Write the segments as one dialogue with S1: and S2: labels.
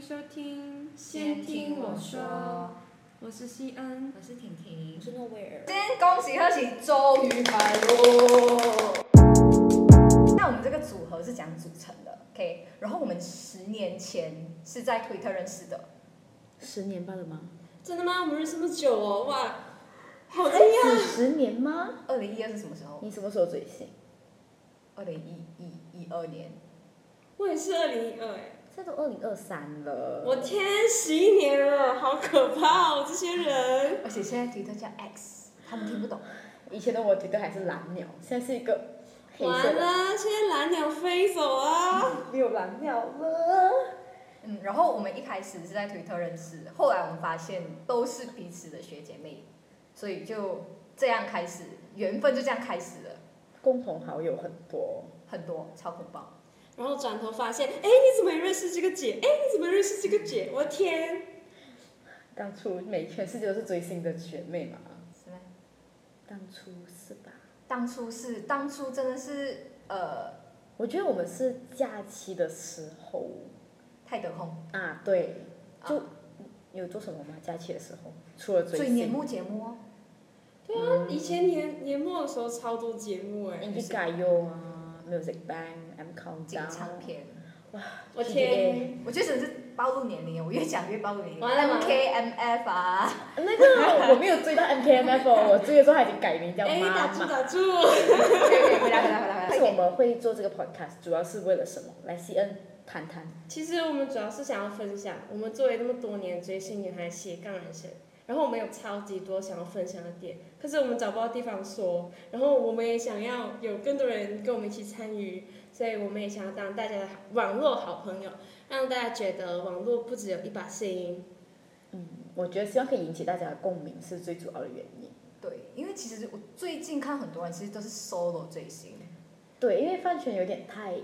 S1: 收听，
S2: 先听我说，
S1: 我是西恩。
S2: 我是婷婷
S3: 我。是诺贝尔。
S2: 今天恭喜贺喜，周瑜牌喽！那我们这个组合是讲组成的？OK，然后我们十年前是在推特认识的，
S3: 十年吧了吗？
S1: 真的吗？我们认识这么久哦，哇，好惊
S3: 你十年吗？
S2: 二零一二是什么时候？
S3: 你什么时候追星？
S2: 二零一一一二年，
S1: 我也是二零一二哎，
S3: 这都二零二三了。
S1: 我天，十一年了，好可怕哦，这些人。
S2: 而且现在推特叫 X，他们听不懂。
S3: 以前的我觉得还是蓝鸟，现在是一个黑色
S1: 完
S3: 的，
S1: 了，现在蓝鸟飞走啊！
S3: 没有蓝鸟了。
S2: 嗯，然后我们一开始是在推特认识，后来我们发现都是彼此的学姐妹，所以就这样开始，缘分就这样开始了，
S3: 共同好友很多，
S2: 很多超恐怖。
S1: 然后转头发现，哎，你怎么也认识这个姐？哎，你怎么认识这个姐？我天！
S3: 当初每全世界都是追星的学妹嘛。
S2: 是吗？
S3: 当初是吧？
S2: 当初是当初真的是呃
S3: 我觉得我们是假期的时候
S2: 太得空，
S3: 啊，对，
S2: 啊
S3: 就有做什么吗？假期的时候，除了
S2: 所
S3: 追
S2: 以年
S3: 星，
S2: 末节目哦
S1: 对啊，以前年年末的时候超多节目哎，
S3: 你改优啊，Music Bank，M
S2: 紧
S3: Countdown
S2: 唱。片，
S1: 我天！
S2: 我觉得真的是暴露年龄，我越讲越暴露年龄。
S1: 完了完
S2: M
S1: 了
S2: K M F 啊，
S3: 那个我没有追到 MKMF，哦我追的时候他已经改名叫
S1: 哎，
S3: 妈
S1: 打住
S3: 妈。
S1: 打住！
S2: 可以可以回答回答回答
S3: 但
S2: 回
S3: 是
S2: 答。
S3: 我们会做这个 podcast，主要是为了什么？来，西恩谈谈。
S1: 其实我们主要是想要分享，我们作为那么多年追星女孩斜杠人生，然后我们有超级多想要分享的点，可是我们找不到地方说，然后我们也想要有更多人跟我们一起参与，所以我们也想要当大家的网络好朋友，让大家觉得网络不只有一把星。
S3: 我觉得希望可以引起大家的共鸣是最主要的原因。
S2: 对，因为其实我最近看很多人其实都是 solo 追星，
S3: 对，因为饭圈有点太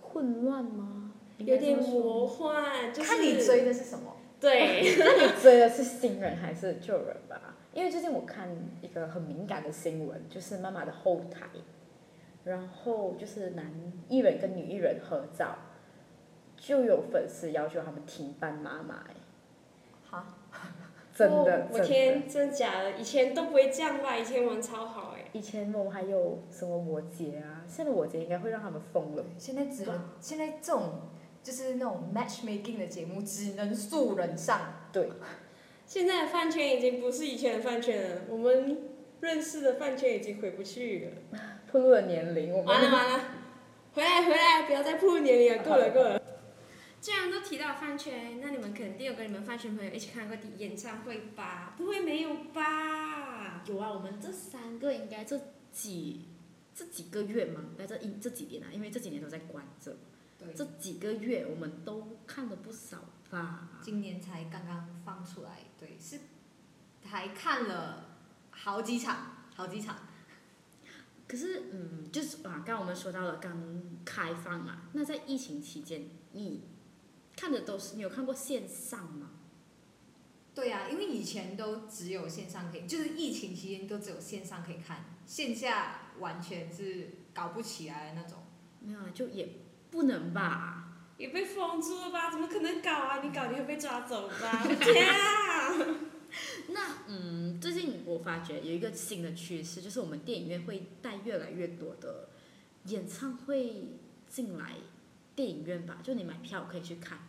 S3: 混乱吗？
S1: 有点
S3: 我
S1: 魔幻，就是
S2: 看你追的是什么。
S1: 对，
S3: 那你追的是新人还是旧人吧？因为最近我看一个很敏感的新闻，就是妈妈的后台，然后就是男艺人跟女艺人合照，就有粉丝要求他们停办妈妈、欸，
S2: 哈，
S3: 真
S1: 哦
S3: 的，
S1: 我
S3: 真的。
S1: 天，真的假的？以前都不会这样吧？以前玩超好哎、
S3: 以前我们还有什么摩羯啊，现在摩羯应该会让他们疯了。
S2: 现在只能现在这种就是那种 matchmaking 的节目只能素人上，
S3: 对，
S1: 现在的饭圈已经不是以前的饭圈了，我们认识的饭圈已经回不去了。
S3: 暴露了年龄，我
S1: 完了
S3: 们
S1: 完了，回来回来，不要再暴露年龄了，够了够了。既然都提到饭圈，那你们肯定有跟你们饭圈朋友一起看过演唱会吧？不会没有吧？
S4: 有啊，我们这三个应该这几这几个月嘛，不要这一这几年啊，因为这几年都在关着，
S2: 对，
S4: 这几个月我们都看了不少吧。
S2: 今年才刚刚放出来，对，是还看了好几场，好几场。
S4: 可是，嗯，就是啊，刚刚我们说到了刚开放嘛，那在疫情期间，你看的都是你有看过线上吗？
S2: 对啊，因为以前都只有线上可以，就是疫情期间都只有线上可以看，线下完全是搞不起来的那种。
S4: 没有啊，就也不能吧。
S1: 也被封住了吧？怎么可能搞啊？你搞你会被抓走 吧？我天啊！
S4: 那嗯，最近我发觉有一个新的趋势，就是我们电影院会带越来越多的演唱会进来电影院吧，就你买票可以去看。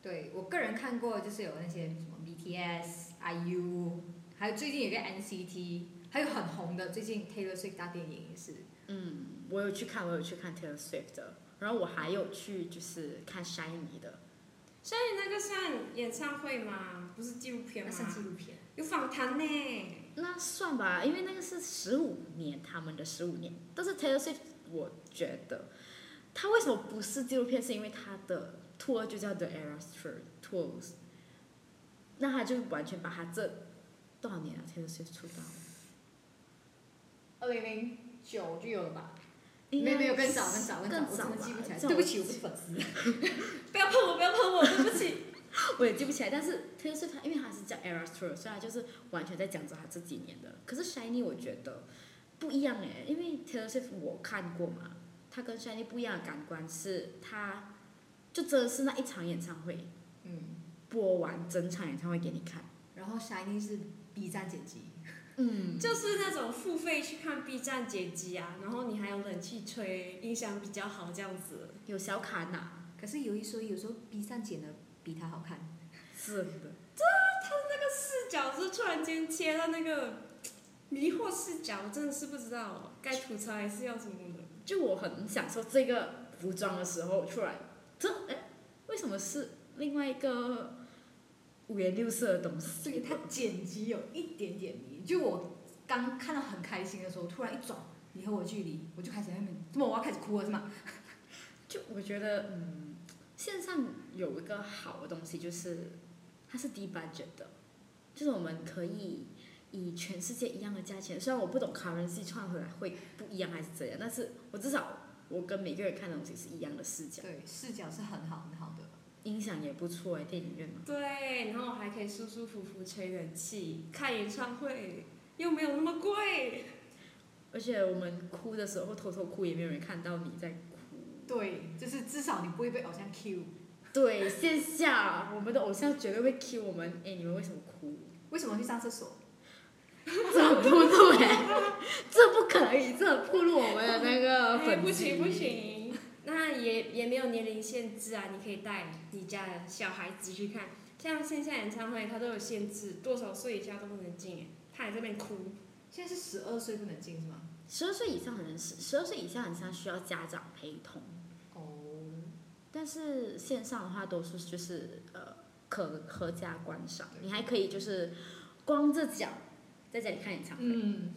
S2: 对我个人看过，就是有那些什么 BTS、IU，还有最近有个 NCT，还有很红的最近 Taylor Swift 大电影也是。
S4: 嗯，我有去看，我有去看 Taylor Swift 的，然后我还有去就是看 Shiny 的。
S1: 所以那个算演唱会吗？不是纪录片
S2: 那
S1: 吗？
S2: 算纪录片，
S1: 有访谈呢。
S4: 那算吧，因为那个是十五年，他们的十五年。但是 Taylor Swift，我觉得他为什么不是纪录片，是因为他的 tour 就叫 The Eras Tour Tours，那他就完全把他这多少年啊 Taylor Swift 出道，
S2: 二零零九就有了吧？
S4: 应该
S2: 没有没有更
S4: 是
S2: 早更早
S4: 更
S2: 早，
S4: 早
S2: 我真的记不起来，嗯
S4: 吧
S2: 对不起，我不是粉丝。
S1: 不要碰我，不要碰我，对不起。
S4: 我也记不起来，但是 Taylor Swift 他因为他是叫 Eras Tour，所以他就是完全在讲着他这几年的。可是 Shiny 我觉得不一样诶，因为 Taylor Swift 我看过嘛，他跟 Shiny 不一样的感官是，他就真的是那一场演唱会，
S2: 嗯，
S4: 播完整场演唱会给你看。
S2: 然后 Shiny 是 B 站剪辑，
S4: 嗯，
S1: 就是那种付费去看 B 站解机啊，然后你还有冷气吹，音响比较好这样子。
S4: 有小卡拿，
S2: 可是有一说一，有时候 B 站剪的比他好看。
S4: 是的，
S1: 视角是突然间切到那个迷惑视角，我真的是不知道该吐槽还是要什么的。
S4: 就我很享受这个服装的时候，突然这哎，为什么是另外一个五颜六色的东
S2: 所以
S4: 西？
S2: 他剪辑有一点点迷，就我刚看到很开心的时候，突然一转你和我距离，我就开始在那边，这么我要开始哭了是吗？
S4: 就我觉得，嗯，线上有一个好的东西就是它是低 budget 的，就是我们可以以全世界一样的价钱，虽然我不懂 currency 串回来会不一样还是怎样，但是我至少我跟每个人看的东西是一样的视角，
S2: 对，视角是很好很好的，
S4: 音响也不错哎、电影院嘛。
S1: 对，然后还可以舒舒服服吹冷气，看演唱会又没有那么哎贵。
S4: 而且我们哭的时候偷偷哭，也没有人看到你在哭。
S2: 对，就是至少你不会被偶像 Q。
S4: 对， 线下我们的偶像绝对会 Q 我们，哎，你们为什么哭？
S2: 为什么去上厕所？
S4: 这不对，哎这不可以，这暴露我们的那个
S1: 哎，
S4: 粉
S1: 不
S4: 丝
S1: 行不，行，那也也没有年龄限制啊，你可以带你家的小孩子去看。像线下演唱会，它都有限制，多少岁以下都不能进哎，他还在那边哭。
S2: 现在是十二岁不能进是吗？
S4: 十二岁以上的人是，十二岁以下很像需要家长陪同，
S2: 哦，
S4: 但是线上的话，多数就是呃可合家观赏，你还可以就是光着脚在家里看演唱会。
S2: 嗯，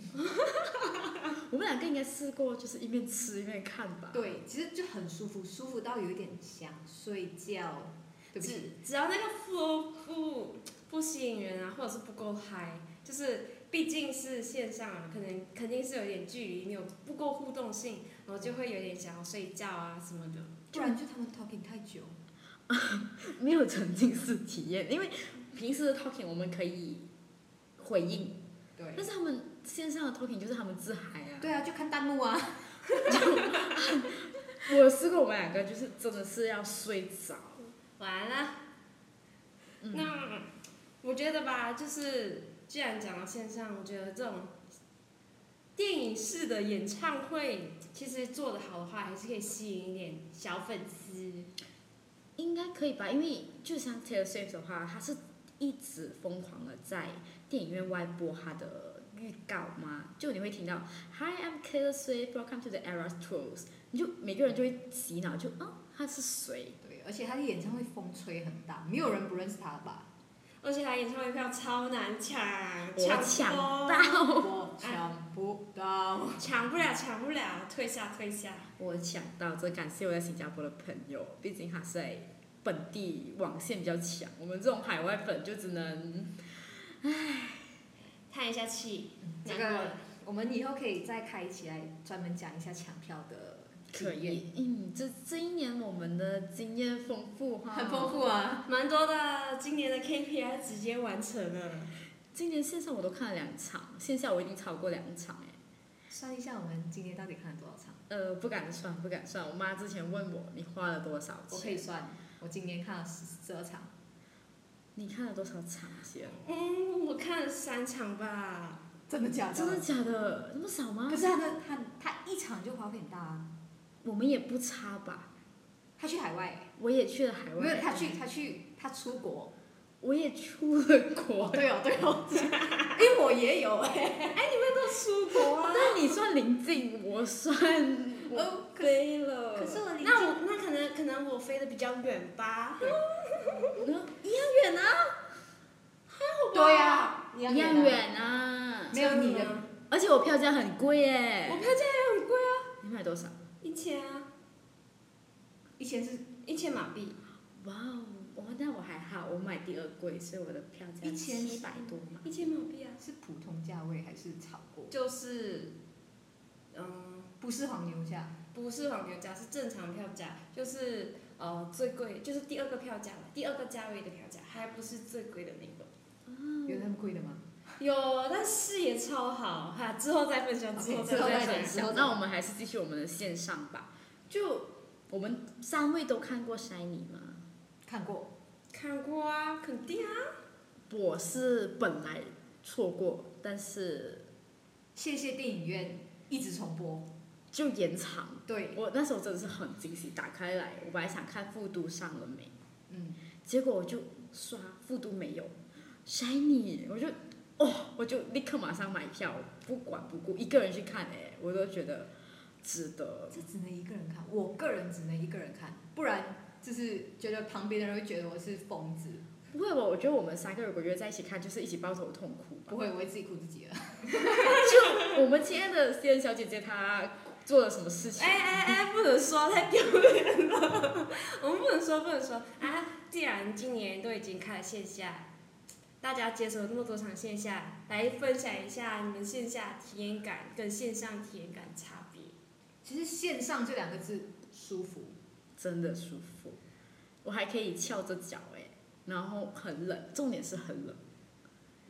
S4: 我们两个应该试过，就是一面吃一面看吧。
S2: 对，其实就很舒服，舒服到有一点想睡觉，对不
S1: 只
S2: 起。
S1: 只要那个 flow 不不吸引人啊，或者是不够嗨，就是毕竟是线上啊，可能肯定是有点距离，你有不够互动性，然后就会有点想要睡觉啊什么的。
S2: 不然就他们 talking 太久，
S4: 没有沉浸式体验，因为平时的 talking 我们可以回应，
S2: 对
S4: 但是他们线上的 talking 就是他们自嗨啊。
S2: 对啊，就看弹幕啊，
S4: 我试过，我们两个就是真的是要睡着。
S1: 完了，
S4: 嗯
S1: 那我觉得吧，就是既然讲到线上，我觉得这种电影式的演唱会，其实做得好的话，还是可以吸引一点小粉丝。
S4: 应该可以吧？因为就像 Taylor Swift 的话，她是一直疯狂的在电影院外播她的预告嘛，就你会听到 Hi, I'm Taylor Swift, welcome to the Eras Tours，你就每个人就会洗脑，就嗯，她是谁？
S2: 对，而且他的演唱会风吹很大，没有人不认识他吧？
S1: 而且他演唱会票超难抢，
S4: 我
S1: 抢
S4: 抢
S1: 疯
S4: 到，
S2: 我抢不到。
S1: 抢不了，抢不了，退下，退下。
S4: 我抢到，这感谢我在新加坡的朋友，毕竟他是在本地网线比较强，我们这种海外粉就只能
S1: 叹一下气，
S2: 这
S1: 难过
S2: 个
S1: 了
S2: 我们以后可以再开起来，专门讲一下抢票的
S4: 可以。嗯，这这一年我们的经验丰富哈，
S2: 很丰富啊。
S1: 蛮多的，今年的 KPI 直接完成了。
S4: 今年线上我都看了两场，线下我一定超过两场哎、
S2: 算一下我们今天到底看了多少场？
S4: 呃，不敢算，不敢算。我妈之前问我你花了多少
S2: 我可以
S4: 钱，
S2: 算，我今年看了十十二场。
S4: 你看了多少场先？
S1: 嗯，我看了三场吧，
S2: 真的假
S4: 真的？假的？那么少吗
S2: 可？是他的他他一场就花费很大啊，
S4: 我们也不差吧？
S2: 他去海外，
S4: 我也去了海
S2: 没有
S4: 外，
S2: 他去他去他出国。
S4: 我也出了国。
S2: 对哦对哦， 因为我也有哎。
S1: 都出国啊。
S4: 那你算临近，我算
S2: 哦，
S4: 飞了。
S2: 我
S1: 那我那可能可能我飞的比较远吧，
S4: 一样远啊，
S2: 对呀，一啊
S4: 一样。远啊。
S2: 没有你
S1: 这样
S2: 的
S1: 吗，
S4: 而且我票价很贵
S1: 我
S4: 哎、
S1: 票价也很贵啊，
S4: 你买多少？
S1: 一千啊，
S2: 以前是
S1: 一千马币，
S4: 哇哦，哦，那我还好，我买第二贵，所以我的票价
S2: 1000
S4: 七百多嘛。
S1: 一千马币啊，
S2: 是普通价位还是炒过？
S1: 就是，嗯，
S2: 不是黄牛价。
S1: 不是黄牛价，是正常票价，就是呃最贵，就是第二个票价了，第二个价位的票价，还不是最贵的那个。
S2: 有那么贵的吗？
S1: 有，但视野超好哈、之后再分享，之后
S2: OK，
S1: 再
S2: 哦之后
S1: 分享。
S2: 再讲
S4: 想那我们还是继续我们的线上吧。就我们三位都看过《Shiny》吗？
S2: 看过，
S1: 看过啊，肯定啊。
S4: 我是本来错过，但是
S2: 谢谢电影院一直重播。
S4: 就延长。
S2: 对，
S4: 我那时候真的是很惊喜，打开来，我本来想看《复读》上了没，
S2: 嗯，
S4: 结果我就刷《复读》没有，Shiny，我就哦，我就立刻马上买票，不管不顾，一个人去看哎、我都觉得值得。
S2: 这只能一个人看，我个人只能一个人看，不然就是觉得旁边的人会觉得我是疯子。
S4: 不会吧？我觉得我们三个如果约在一起看，就是一起抱头痛哭吧
S2: 不。会，我会自己哭自己的。
S4: 我们亲爱的 C N 小姐姐她做了什么事情？
S1: 哎哎哎，不能说太丢脸了，我们不能说不能说啊！既然今年都已经开了线下，大家接手那么多场线下，来分享一下你们线下体验感跟线上体验感差别。
S2: 其实线上这两个字舒服，
S4: 真的舒服，我还可以翘着脚哎、然后很冷，重点是很冷。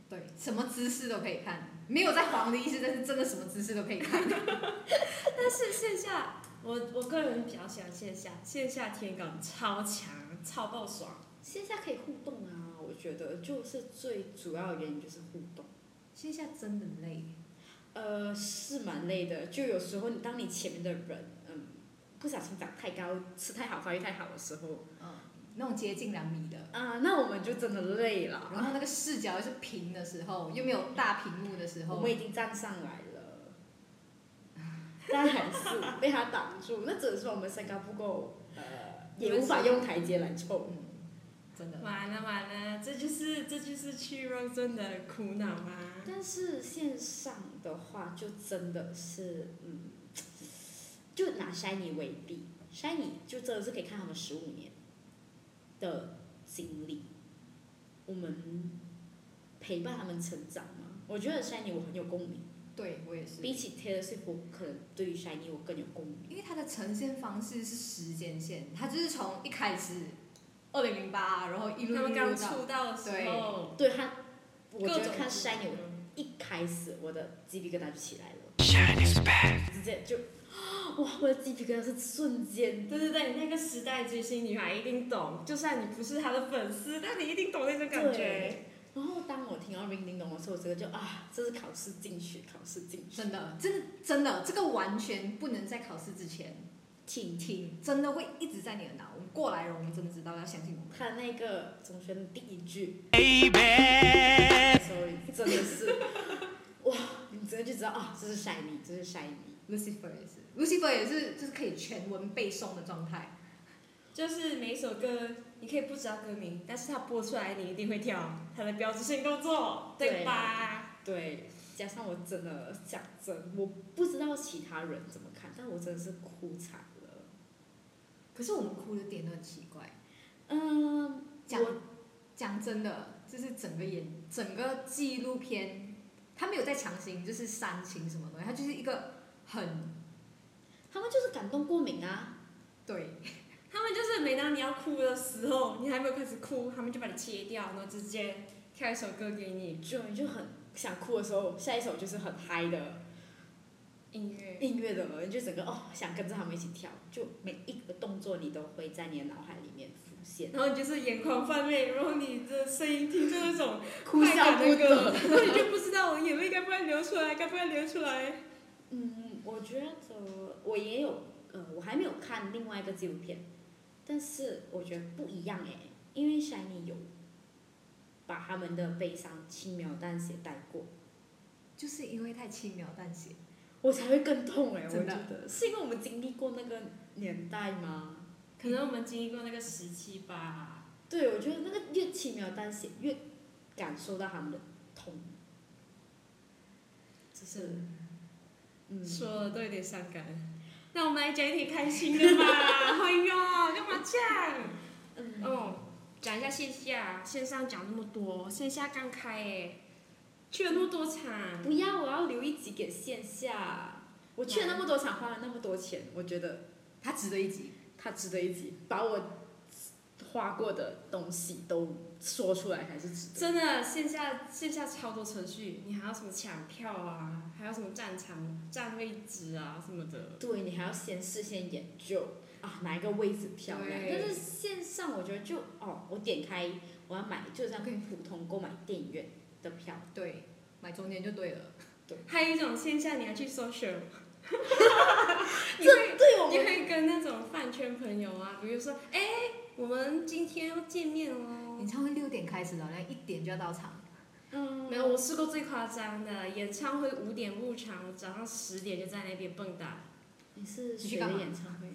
S2: 对，什么姿势都可以看，没有在黄的意思，但是真的什么姿势都可以看。
S1: 但是线下，我我个人比较喜欢线下，线下体验感超强，超爆爽。
S4: 线下可以互动啊，我觉得就是最主要的原因就是互动。
S2: 线下真的累，
S4: 呃，是蛮累的，就有时候你当你前面的人，嗯，不小心长太高、吃太好、发育太好的时候，
S2: 嗯，那种接近两米的，
S4: 啊、那我们就真的累了。
S2: 然后那个视角又是平的时候，又没有大屏幕的时
S4: 我
S2: 候
S4: 们，已经站上来了，但还是被他挡住，那只能说我们身高不够，呃，也无法用台阶来冲。
S2: 嗯真的。
S1: 完了完了，这就是这就是去肉症的苦恼啊！
S4: 但是线上的话，就真的是，嗯，就拿 Shiny 为例，Shiny 就真的是可以看他们十五年的经历，我们陪伴他们成长嘛。我觉得 Shiny 我很有共鸣，
S2: 对我也是，
S4: 比起 Taylor Swift，我可能对于 Shiny 我更有共鸣。
S2: 因为它的呈现方式是时间线，它就是从一开始，二零零八，然后一路
S1: 他们
S2: 一
S1: 刚
S2: 路到，
S1: 出道的时候，
S4: 对他，我觉
S1: 各
S4: 得
S1: 种
S4: 看
S1: 不
S4: Shiny
S1: 同
S4: 我一开始我的鸡皮疙瘩就起来了。直接就，哇，我的鸡皮疙瘩是瞬间
S1: 对对对，那个时代追星女孩一定懂，就算你不是她的粉丝，但你一定懂那种感觉
S4: 对。然后当我听到 Ring Ding Dong 的时候，我真的就啊，这是考试进去，考试进去，
S2: 真的，真的真的，这个完全不能在考试之前
S4: 听
S2: 听，真的会一直在你的脑。我们过来人，我们真的知道要相信我们。
S4: 他那个总选的第一句，Baby，sorry，真的是， 哇，你真的就知道啊，这是 Shiny，这是 Shiny，
S2: Lucifer 也是，Lucifer 也是，就是可以全文背诵的状态。
S1: 就是每一首歌，你可以不知道歌名，但是它播出来你一定会跳，它的标志性动作，对
S4: 对
S1: 吧？
S4: 对，加上我真的讲真，我不知道其他人怎么看，但我真的是哭惨了，
S2: 可是我们哭的点都很奇怪。
S4: 嗯，
S2: 讲
S4: 我
S2: 讲真的，就是整个演整个纪录片，他没有在强行就是煽情什么东西，他就是一个很
S4: 他们就是感动过敏啊。
S2: 对
S1: 他们就是每当你要哭的时候，你还没有开始哭，他们就把你切掉，然后直接跳一首歌给你
S4: 就就很想哭的时候，下一首就是很嗨的
S1: 音乐。
S4: 音乐的，你就整个哦想跟着他们一起跳，就每一个动作你都会在你的脑海里面浮现，
S1: 然后你就是眼眶泛泪，然后你的声音听着那种
S4: 哭笑不得。
S1: 然后你就不知道我眼泪该不该流出来，该不该流出来。
S4: 嗯，我觉得我也有呃，我还没有看另外一个纪录片，但是我觉得不一样诶，欸因为 Shiny 有把他们的悲伤轻描淡写带过，
S2: 就是因为太轻描淡写，
S4: 我才会更痛欸诶，我觉
S2: 真的
S4: 得是因为我们经历过那个年代吗？
S1: 可能我们经历过那个时期吧。
S4: 对，我觉得那个越轻描淡写，越感受到他们的痛。就是，嗯，
S1: 说了都有点伤感。那我们来讲一点开心的 吧。哎呦，干嘛这样？
S4: 嗯
S1: 哦，讲一下线下，线上讲那么多，线下刚开哎，去了那么多场。
S4: 不要，我要留一集给线下。我去了那么多场，花了那么多钱，我觉得
S2: 他值得一集。
S4: 它值得一集，把我花过的东西都说出来还是值得。
S1: 真的线下线下超多程序，你还要什么抢票啊，还要什么站场站位置啊什么的。
S4: 对你还要先事先研究，啊哪一个位置漂亮，
S2: 对
S4: 但是线上我觉得就哦，我点开我要买，就像跟普通购买电影院的票，
S2: 对，买中间就对了。
S1: 还有一种线下你要去 social，你
S4: 这对我
S1: 你
S4: 们
S1: 可以跟那种饭圈朋友啊，比如说，哎、我们今天要见面哦。
S2: 演唱会六点开始的，好像一点就要到场。
S4: 嗯
S1: 没有，我试过最夸张的，演唱会五点入场，我早上十点就在那边蹦跶。
S4: 你是
S2: 你去
S4: 谁
S2: 干
S4: 的
S2: 嘛
S4: 演唱会？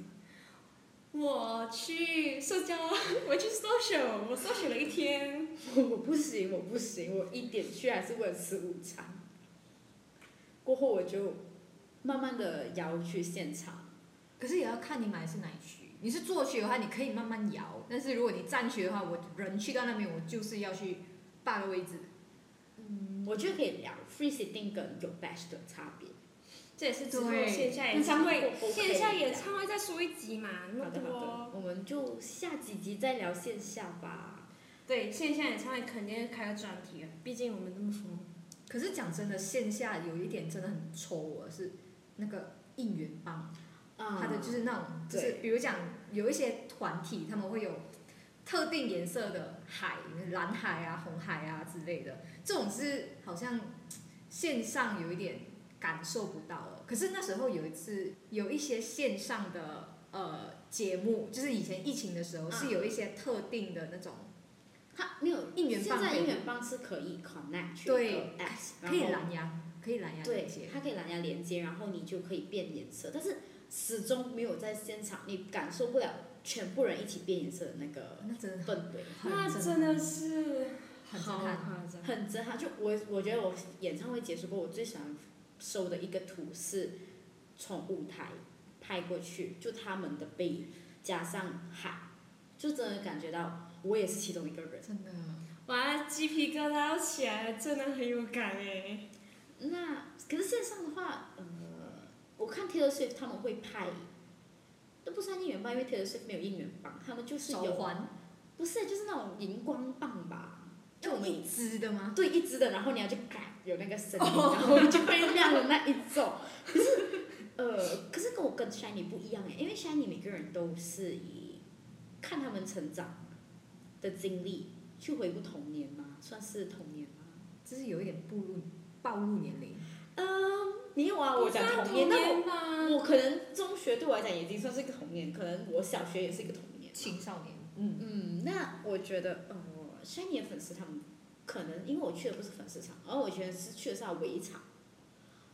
S1: 我去社交，我去 social，我 social 了一天。
S4: 我不行，我不行，我一点去还是为了吃午餐。过后我就慢慢的摇去现场，
S2: 可是也要看你买的是哪一区。你是坐区的话，你可以慢慢摇；但是如果你站区的话，我人去到那边，我就是要去霸个位置。
S4: 嗯，我觉得可以聊 free sitting 跟有 batch 的差别。
S1: 这也是之后
S2: 对
S1: 线下演
S4: 演
S1: 唱
S4: 唱
S1: 会，
S4: 会
S1: 线下演唱会再说一集嘛，那么
S4: 好的
S1: 多。
S4: 好的，我们就下几集再聊线下吧。
S1: 对，线下演唱会肯定开个专题了，啊毕竟我们这么疯。
S2: 可是讲真的，线下有一点真的很抽我，是那个应援棒，
S4: 啊
S2: 它的就是那种，就是
S4: 对
S2: 比如讲有一些团体，他们会有特定颜色的海，蓝海啊、红海啊之类的，这种是好像线上有一点感受不到了。可是那时候有一次，有一些线上的呃节目，就是以前疫情的时候，
S4: 嗯
S2: 是有一些特定的那种
S4: 它没有
S2: 应援棒
S4: 现在
S2: 可以
S4: 应援棒是可以 connect 去
S2: 对
S4: 一个 app，
S2: 可以
S4: 然后
S2: 蓝牙，可以蓝牙
S4: 对
S2: 连接，
S4: 它可以蓝牙连接，然后你就可以变颜色，但是始终没有在现场，你感受不了全部人一起变颜色的那个
S2: 那真的很
S4: 氛围。
S1: 那
S2: 很
S1: 真的是
S2: 很震
S1: 好
S2: 撼。
S1: 夸张。
S4: 很震撼。就我我觉得我演唱会结束过，我最喜欢收的一个图是从舞台拍过去，就他们的背影加上海，就真的感觉到我也是其中一个人。
S2: 真的，
S1: 哇，鸡皮疙瘩都起来了，真的很有感哎。
S4: 那可是线上的话，呃，我看 Taylor Swift 他们会拍，都不算应援棒，因为 Taylor Swift 没有应援棒，他们就是
S2: 手
S4: 有，
S2: 环，
S4: 不是就是那种荧光棒吧。就
S2: 就
S4: 我们
S2: 一支的吗？
S4: 对一只的，然后你要去嘎有那个声音，然后就会亮的那一 种。可是，呃，可是跟我跟 Shiny 不一样欸诶，因为 Shiny 每个人都是以看他们成长的经历去回顾童年嘛，算是童年吗？
S2: 就是有一点暴露暴露年龄，
S4: 嗯、没有啊，我讲
S1: 算
S4: 童年，那
S1: 年吧
S4: 我我可能中学对我来讲已经算是一个童年，可能我小学也是一个童年。
S2: 青少年。嗯，
S4: 嗯，那我觉得，呃，Shiny 的粉丝他们可能因为我去的不是粉丝场，而我觉得是去的是他围场，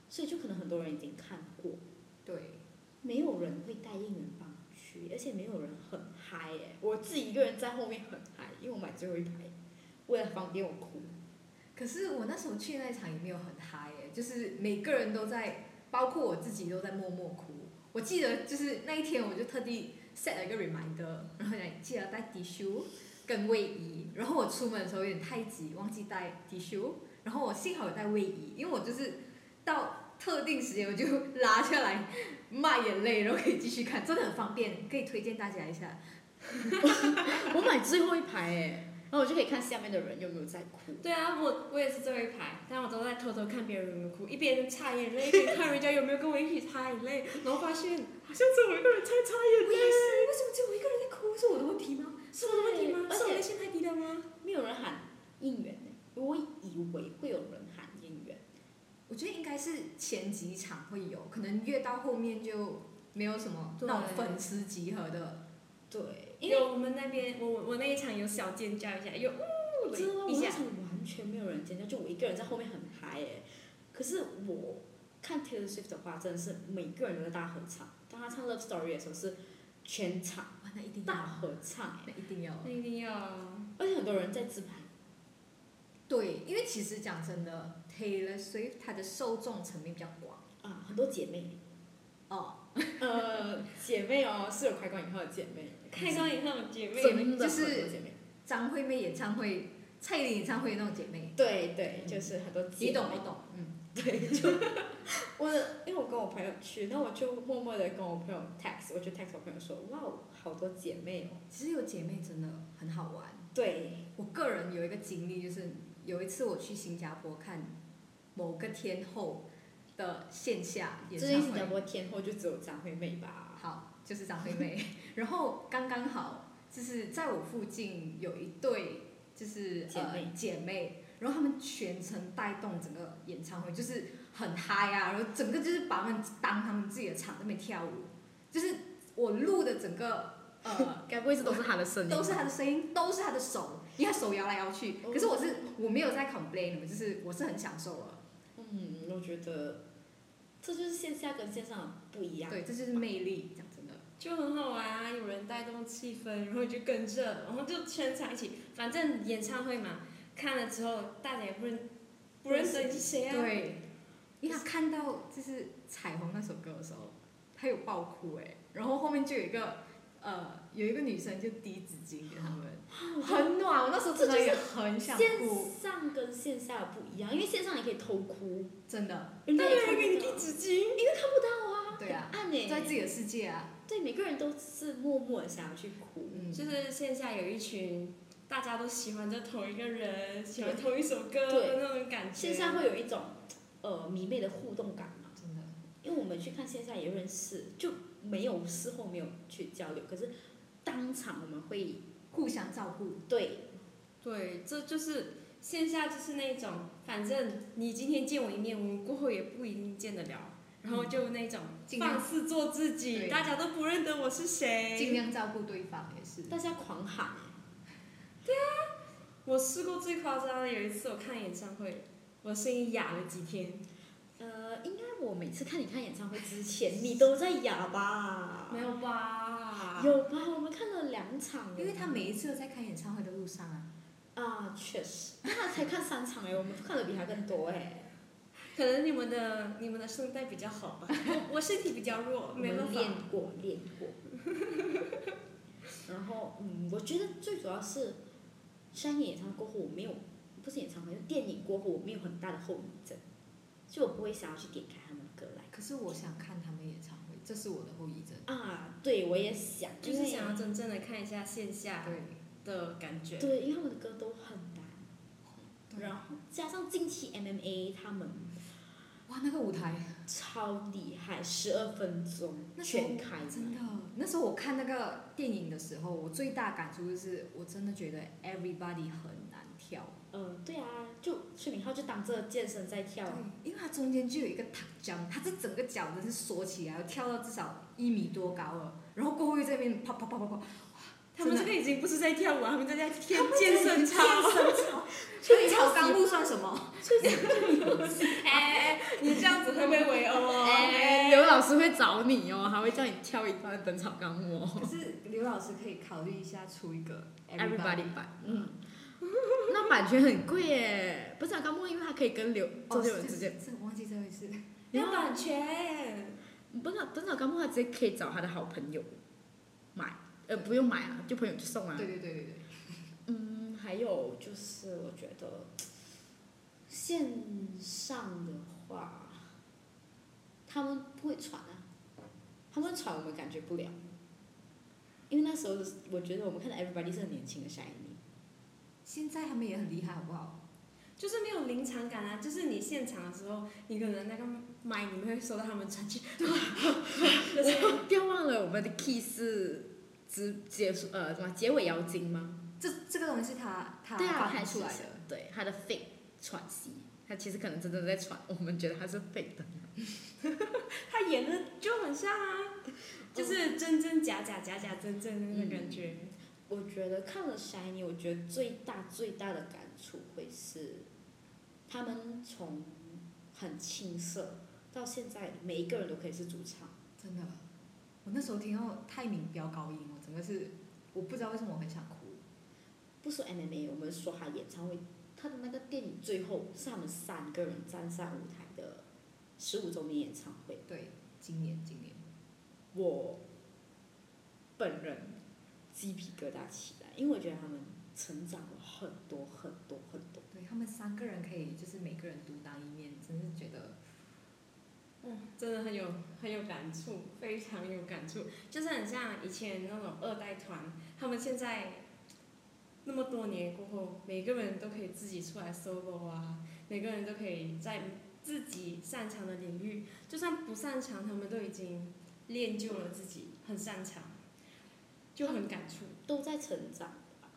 S4: 所以就可能很多人已经看过，
S2: 对，
S4: 没有人会带应援棒去，而且没有人很嗨耶、我自己一个人在后面很嗨，因为我买最后一排，为了方便我哭。
S2: 可是我那时候去那一场也没有很嗨耶，就是每个人都在，包括我自己都在默默哭。我记得就是那一天，我就特地 set 了一个 reminder，然后讲记得带 tissue 跟卫衣。然后我出门的时候有点太急，忘记带 tissue，然后我幸好有带卫衣，因为我就是到特定时间我就拉下来 抹眼泪，然后可以继续看，真的很方便，可以推荐大家一下。
S4: 我买最后一排诶、然后我就可以看下面的人有没有在哭。
S1: 对啊，我我也是最后一排，但我都在偷偷看别人有没有哭，一边擦眼泪，一边看人家有没有跟我一起擦眼泪，然后发现 好像只有我一个人在擦眼
S2: 我也
S1: 泪，
S2: 是，为什么只有我一个人在哭？是我的问题吗？
S1: 是我的问题吗？
S4: 对
S1: 是我
S4: 而
S1: 的
S4: 且
S1: 心太低了吗？
S4: 没有人喊应援、欸，我以为会有人喊应援。
S2: 我觉得应该是前几场会有，可能越到后面就没有什么
S1: 对
S2: 那种粉丝集合的。
S4: 对，因为
S1: 有我们那边，我我我那一场有小尖叫一下，有
S4: 我知道
S1: 呜
S4: 我
S1: 一
S4: 那
S1: 下，
S4: 场完全没有人尖叫，就我一个人在后面很嗨哎、可是我看 Taylor Swift 的话，真的是每个人都在大合唱。当他唱 Love Story 的时候，是全场
S2: 哇，那一定
S4: 大
S2: 要，
S4: 合唱哎、
S2: 那一定要。
S1: 那一定要。
S4: 而且很多人在自拍。
S2: 对，因为其实讲真的，Taylor Swift 她的受众层面比较广。
S4: 啊，很多姐妹，
S2: 哦，
S4: 呃，姐妹哦，是有开馆以后的姐妹，
S1: 开光以后，姐妹
S2: 姐
S4: 真
S2: 妹
S4: 的很多
S2: 就是
S4: 姐妹，
S2: 张惠妹演唱会、蔡依林演唱会那种姐妹，
S4: 对对，就是很多姐妹。
S2: 你懂我懂，嗯，
S4: 对，就我的，因为我跟我朋友去，那我就默默的跟我朋友 text，我就 text 我朋友说，哇，好多姐妹哦。
S2: 其实有姐妹真的很好玩。
S4: 对，
S2: 我个人有一个经历，就是有一次我去新加坡看某个天后的线下演
S4: 最近
S2: 唱
S4: 新加
S2: 会。
S4: 坡天后就只有张惠妹吧？
S2: 好，就是张惠妹。 然后刚刚好就是在我附近有一对就是
S4: 姐妹
S2: 呃、姐妹，然后她们全程带动整个演唱会，就是很嗨啊，然后整个就是把他们当他们自己的场那边跳舞，就是我录的整个呃。
S4: 该不会是都是他的声音吧？
S2: 都是他的声音，都是他的手，因为他手摇来摇去。
S4: 哦
S2: 可是我是我没有在 complain，就是我是很享受了。
S4: 嗯，我觉得这就是线下跟线上不一样。
S2: 对，这就是魅力，讲真的。
S1: 就很好玩啊，有人带动气氛，然后你就跟着，然后就全场一起。反正演唱会嘛，看了之后大家也不认不认识你是谁啊。
S2: 对，因为他看到就是《彩虹》那首歌的时候，他有爆哭哎、然后后面就有一个呃，有一个女生就递纸巾给他们，很暖。我那时候真的也很想哭，
S4: 线上跟线下不一样，因为线上你可以偷哭，
S2: 真的。
S4: 人家
S1: 当
S4: 也
S1: 然
S4: 看
S1: 有人给你
S4: 不
S1: 递
S4: 到，
S1: 纸巾，
S4: 因为看不到啊，
S2: 对啊，
S4: 暗诶、
S2: 在自己的世界啊，
S4: 对每个人都是默默地想要去哭。
S2: 嗯，
S1: 就是线下有一群大家都喜欢着同一个人，喜欢同一首歌
S4: 对
S1: 的那种感觉。
S4: 线上会有一种呃迷妹的互动感嘛，
S2: 真的。
S4: 因为我们去看线下也认识，就没有事后没有去交流，可是当场我们会
S2: 互相照顾，
S4: 对
S1: 对，这就是线下就是那种，反正你今天见我一面，我们过后也不一定见得了。然后就那种
S2: 尽量
S1: 放肆做自己，
S2: 对
S1: 大家都不认得我是谁。
S2: 尽量照顾对方也是。
S4: 大家狂喊欸、
S1: 我试过最夸张的，有一次我看演唱会，我声音哑了几天。
S4: 呃，应该我每次看你看演唱会之前，你都在哑吧？
S1: 有吧
S4: 啊有吧？我们看了两场了，
S2: 因为他每一次都在开演唱会的路上啊，
S4: 啊，确实，那他才看三场哎，我们看的比他更多哎，
S1: 可能你们的你们的声带比较好吧，我我身体比较弱，
S4: 我
S1: 没办
S4: 们练
S1: 法。
S4: 过练过。 然后，嗯，我觉得最主要是，上一年演唱会过后，我没有，不是演唱会，是电影过后，我没有很大的后遗症，就我不会想要去点开他们的歌来。
S2: 可是我想看他们演唱会，这是我的后遗症。
S4: 啊，对，我也想，
S1: 就是
S4: 因为
S1: 想要真正的看一下线下
S2: 对，
S1: 的感觉。
S4: 对，因为他们的歌都很难，
S2: 对
S4: 然后加上近期 MMA 他们
S2: 哇，那个舞台
S4: 超厉害，十二分钟
S2: 那时候
S4: 全开麦
S2: 真的，那时候我看那个电影的时候，我最大感触就是，我真的觉得 everybody 很难跳，
S4: 嗯，对啊，就崔敏浩就当这健身在跳
S2: 对
S4: 啊，，
S2: 因为它中间就有一个塔江，它这整个脚真是缩起来，跳到至少一米多高了，然后过后又在那边啪啪啪啪啪，
S1: 他们这
S2: 真的
S1: 个已经不是在跳舞啊，他们在在
S2: 他
S1: 天
S2: 们在
S1: 健身操。
S2: 健身操，腿操刚不算什么，
S1: 哎，你这样子会被围殴哦。
S4: 哎，刘老师会找你哦，还会叫你跳一段本草纲目哦
S2: 可 是刘老师可以考虑一下出一个
S4: ，everybody 版，嗯，那版权很贵耶，本草纲目因为它可以跟刘周
S2: 哦，
S4: 杰
S2: 是嗯
S4: 伦直接，
S2: 这我忘记这回事，
S1: 要版权。
S4: 本草本草纲目他直接可以找他的好朋友买，呃，不用买啊，就朋友去送啊，
S2: 对对对对对。
S4: 嗯，还有就是我觉得线上的话，他们不会传啊，他们传我们感觉不了，因为那时候我觉得我们看到 everybody 是很年轻的 shiny，
S2: 现在他们也很厉害，好不好？
S1: 就是没有临场感啊，就是你现场的时候，你可能那个麦你们会收到他们传 去，就是
S4: 不要忘了我们的 key 是直结束呃什么结尾妖精吗？
S2: 这这个东西他他
S4: 对啊，
S2: 发
S4: 还
S2: 明
S4: 是
S2: 出来的，
S4: 对他的 fake 喘息，他其实可能真的在喘，我们觉得他是 fake 的。
S1: 他演的就很像啊，就是真真假假假假真真那个感觉。
S4: 我觉得看了《Shiny》，我觉得最大最大的感触会是，他们从很青涩到现在，每一个人都可以是主唱。
S2: 真的。我那时候听到泰明飙高音，哦我整个是我不知道为什么我很想哭。
S4: 不说 MMA，我们说他演唱会，他的那个电影最后是他们三个人站上舞台的十五周年演唱会。
S2: 对，今年今年
S4: 我本人鸡皮疙瘩起来，因为我觉得他们成长了很多很多很多。
S2: 对他们三个人可以就是每个人独当一面，真是觉得
S1: 真的很有很有感触，非常有感触，就是很像以前那种二代团，他们现在那么多年过后，每个人都可以自己出来 solo 啊，每个人都可以在自己擅长的领域，就算不擅长，他们都已经练就了自己，很擅长，就很感触。
S5: 都在成长吧，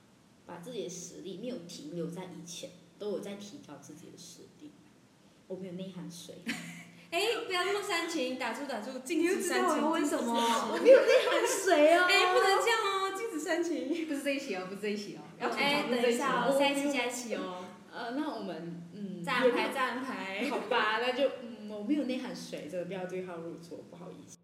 S5: 把自己的实力没有停留在以前，都有在提高自己的实力。我没有内涵水，
S1: 哎，不要那么煽情，打住打住，禁
S2: 你又
S1: 止
S2: 知
S1: 煽
S2: 道我要
S1: 情。
S2: 问什么？
S4: 没有内涵谁啊
S1: 哎，不能这样哦，禁止煽情。
S2: 不是这一期哦，不是这一期哦。要吐槽
S1: 哎，
S2: 不
S1: 等
S2: 是这
S1: 一
S2: 期
S1: 下
S2: 哦
S1: 哦，下一期下一期哦，
S5: 呃，那我们嗯，
S1: 站牌站牌。
S5: 好 吧，那就嗯，我没有内涵水，真的不要对号入座，不好意思。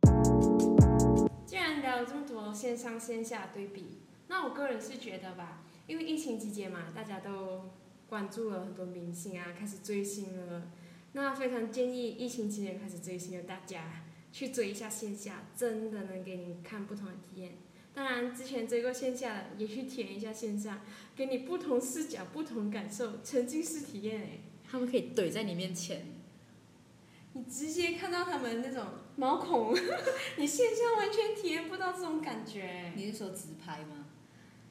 S1: 既然聊了这么多线上线下对比，那我个人是觉得吧，因为疫情期间嘛，大家都关注了很多明星啊，开始追星了。那非常建议疫情期间开始追星的大家去追一下线下，真的能给你看不同的体验。当然，之前追过线下的，也去体验一下线上，给你不同视角、不同感受，沉浸式体验欸诶。
S4: 他们可以怼在你面前，
S1: 你直接看到他们那种毛孔， 你线下完全体验不到这种感觉欸诶。
S2: 你是说直拍吗？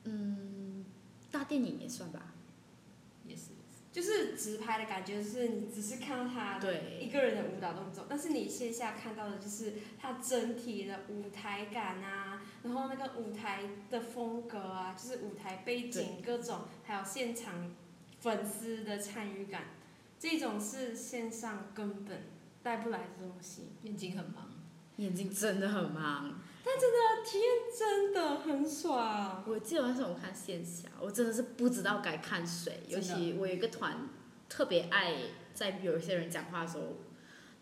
S4: 嗯，大电影也算吧。
S2: 也是，也是
S1: 就是直拍的感觉，就是你只是看到他一
S4: 对，
S1: 个人的舞蹈动作，但是你线下看到的就是他整体的舞台感啊，然后那个舞台的风格啊，就是舞台背景各种，还有现场粉丝的参与感，这种是线上根本带不来的东西。
S2: 眼睛很忙。
S4: 眼睛真的很忙。
S1: 真的很爽，
S4: 我记得那时候我看线下，我真的是不知道该看谁，尤
S2: 真的
S4: 其我有一个团特别爱在有一些人讲话的时候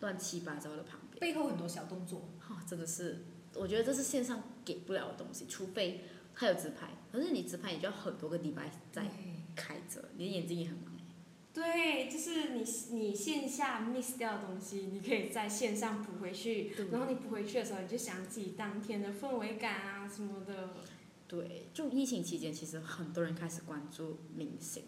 S4: 乱七八糟的旁边。
S2: 背后很多小动作，
S4: 哦，真的是，我觉得这是线上给不了的东西，除非它有直拍。可是你直拍，你就要很多个 device
S2: 嗯
S4: 在开着，你的眼睛也很忙欸。
S1: 对，就是你你线下 miss 掉的东西，你可以在线上补回去，然后你补回去的时候，你就想起当天的氛围感啊什么的。
S4: 对，就疫情期间，其实很多人开始关注明星，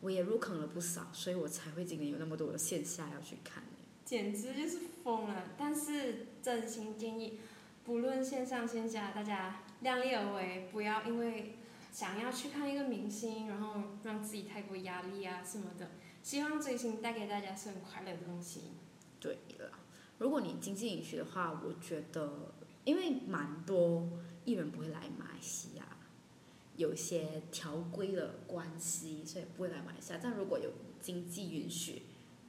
S4: 我也入坑了不少，所以我才会今年有那么多的线下要去看欸。
S1: 简直就是疯了。但是真心建议，不论线上线下，大家量力而为，不要因为想要去看一个明星，然后让自己太过压力啊什么的。希望追星带给大家是很快乐的东西。
S4: 对了，如果你经济允许的话，我觉得因为蛮多艺人不会来马来西亚，有一些条规的关系，所以不会来马来西亚。但如果有经济允许，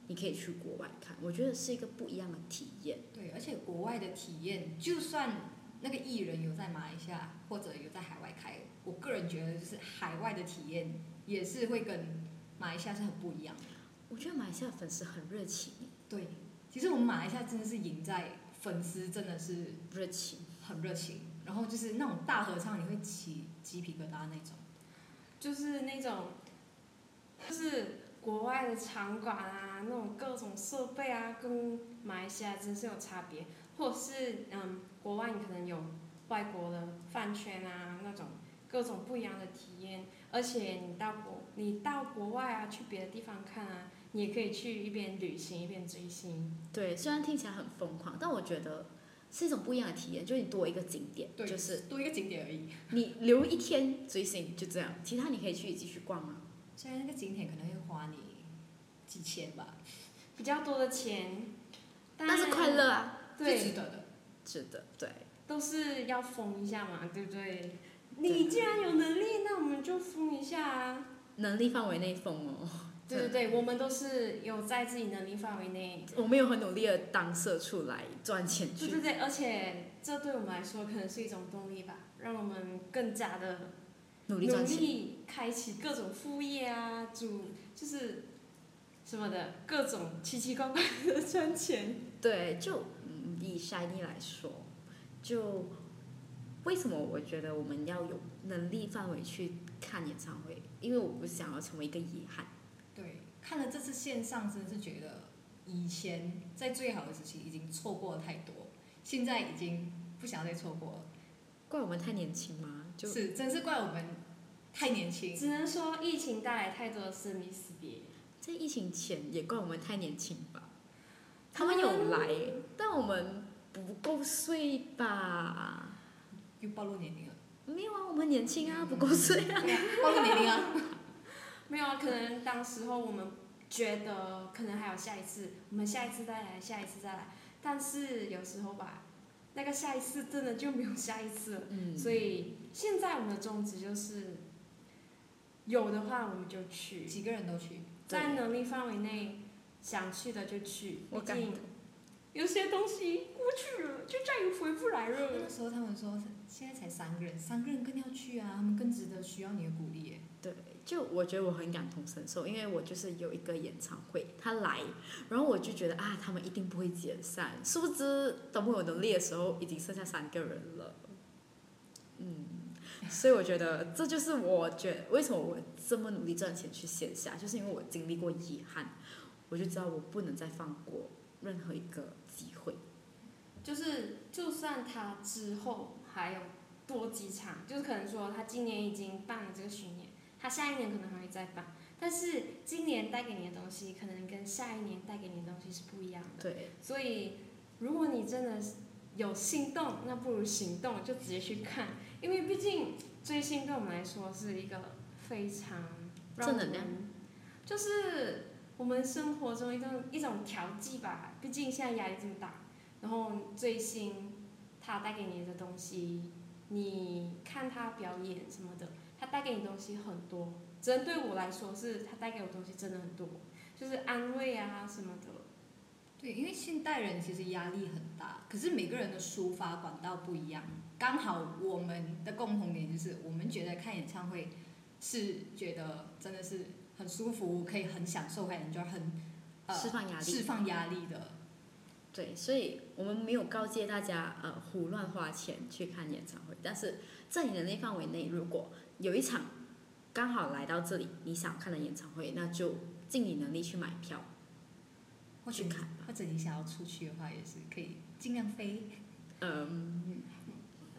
S4: 你可以去国外看，我觉得是一个不一样的体验。
S2: 对，而且国外的体验，就算那个艺人有在马来西亚或者有在海外开，我个人觉得就是海外的体验也是会跟马来西亚是很不一样的。
S4: 我觉得马来西亚粉丝很热情，
S2: 对，其实我们马来西亚真的是赢在粉丝真的是
S4: 热情。
S2: 很热情，然后就是那种大合唱你会起鸡皮疙瘩那种。
S1: 就是那种，就是国外的场馆啊，那种各种设备啊，跟马来西亚真是有差别。或者是嗯，国外你可能有外国的饭圈啊，那种各种不一样的体验。而且你到国，你到国外啊，去别的地方看啊，你也可以去一边旅行一边追星。
S4: 对，虽然听起来很疯狂，但我觉得是一种不一样的体验，就是你多一个景点，
S2: 对，
S4: 就是
S2: 多一个景点而已。
S4: 你留一天追星就这样，其他你可以去继续逛啊。
S2: 虽然那个景点可能会花你几千吧，
S1: 比较多的钱，
S4: 但是快乐啊。
S2: 最值
S1: 对，
S2: 得的。
S4: 是的，对，
S1: 都是要疯一下嘛，对不对？你既然有能力，那我们就疯一下啊。
S4: 能力范围内疯哦。
S1: 对对对，我们都是有在自己能力范围内。
S4: 我没有很努力的当社畜来赚钱
S1: 对对
S4: 去，
S1: 对，而且这对我们来说可能是一种动力吧，让我们更加的
S4: 努力
S1: 努
S4: 赚钱。
S1: 力开启各种副业啊，主就是什么的各种奇奇怪怪的赚钱。
S4: 对，就嗯，以 Shiny 来说，就为什么我觉得我们要有能力范围去看演唱会？因为我不想要成为一个遗憾。
S2: 对，看了这次线上，真的是觉得以前在最好的时期已经错过了太多，现在已经不想再错过了，
S4: 怪我们太年轻吗？就是
S2: 真是怪我们太年轻。
S1: 只能说疫情带来太多的生离死别。
S4: 在疫情前，也怪我们太年轻吧。他们有来，但我们不够睡吧？
S2: 又暴露年龄了，
S4: 没有啊，我们年轻啊，不够睡啊。
S2: 暴露年龄啊！
S1: 没有啊，可能当时候我们觉得可能还有下一次，我们下一次再来，下一次再来。但是有时候吧，那个下一次真的就没有下一次了。
S4: 嗯
S1: 所以现在我们的宗旨就是，有的话我们就去，
S2: 几个人都去，
S1: 在能力范围内想去的就去，
S4: 我
S1: 毕
S4: 感
S1: 竟有些东西过去了就再也回不来了。
S2: 那时候他们说现在才三个人，三个人更要去啊，他们更值得需要你的鼓励耶。
S4: 对，就我觉得我很感同身受，因为我就是有一个演唱会，他来，然后我就觉得啊，他们一定不会解散。殊不知等我有能力的时候，已经剩下三个人了。嗯，所以我觉得这就是我觉为什么我这么努力赚钱去线下，就是因为我经历过遗憾，我就知道我不能再放过任何一个机会。
S1: 就是就算他之后还有多几场，就是可能说他今年已经办了这个巡演，他下一年可能还会再办，但是今年带给你的东西可能跟下一年带给你的东西是不一样的。
S4: 对，
S1: 所以，如果你真的有心动，那不如行动，就直接去看，因为毕竟追星对我们来说是一个非常让
S4: 正能量
S1: 我们，就是我们生活中一种一种调剂吧。毕竟现在压力这么大，然后追星它带给你的东西，你看他表演什么的，它带给你东西很多。针对我来说是，它带给我东西真的很多，就是安慰啊什么的。
S2: 对，因为现代人其实压力很大，可是每个人的抒发管道不一样。刚好我们的共同点就是，我们觉得看演唱会是觉得真的是很舒服，可以很享受，很 enjoy，很呃
S4: 释放压力。
S2: 释放压力的。
S4: 对，所以我们没有告诫大家呃胡乱花钱去看演唱会，但是在你能力范围内，如果有一场刚好来到这里你想看的演唱会，那就尽你能力去买票
S2: 或嗯者
S4: 去
S2: 你
S4: 看吧。
S2: 或者你想要出去的话，也是可以尽量飞。
S4: 嗯，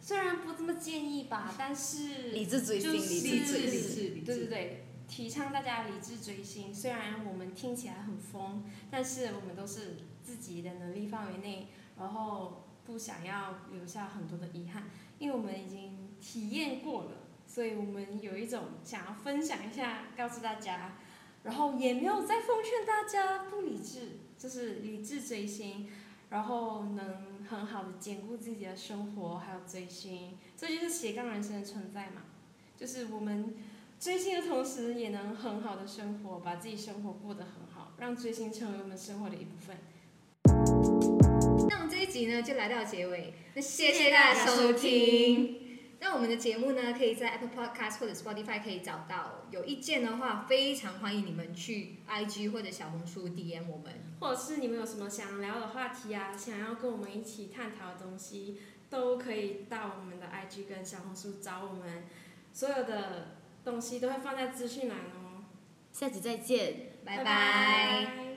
S1: 虽然不这么建议吧，但是
S4: 理智追星，
S1: 就是
S4: 理智追星，
S2: 智理
S1: 对对
S2: 智，
S1: 对，提倡大家理智追星。虽然我们听起来很疯，但是我们都是自己的能力范围内，然后不想要留下很多的遗憾，因为我们已经体验过了，所以我们有一种想要分享一下，告诉大家，然后也没有再奉劝大家不理智，就是理智追星。然后能很好的兼顾自己的生活，还有追星，这就是斜杠人生的存在嘛。就是我们追星的同时，也能很好的生活，把自己生活过得很好，让追星成为我们生活的一部分。
S2: 那我们这一集呢就来到结尾，那谢
S1: 谢
S2: 谢大
S1: 大
S2: 家
S1: 家
S2: 收
S1: 收
S2: 听。那我们的节目呢，可以在 Apple Podcast 或者 Spotify 可以找到。有意见的话，非常欢迎你们去 IG 或者小红书 DM 我们。
S1: 或者是你们有什么想聊的话题啊，想要跟我们一起探讨的东西，都可以到我们的 IG 跟小红书找我们，所有的东西都会放在资讯栏哦。
S4: 下集再见。
S2: 拜拜
S1: 拜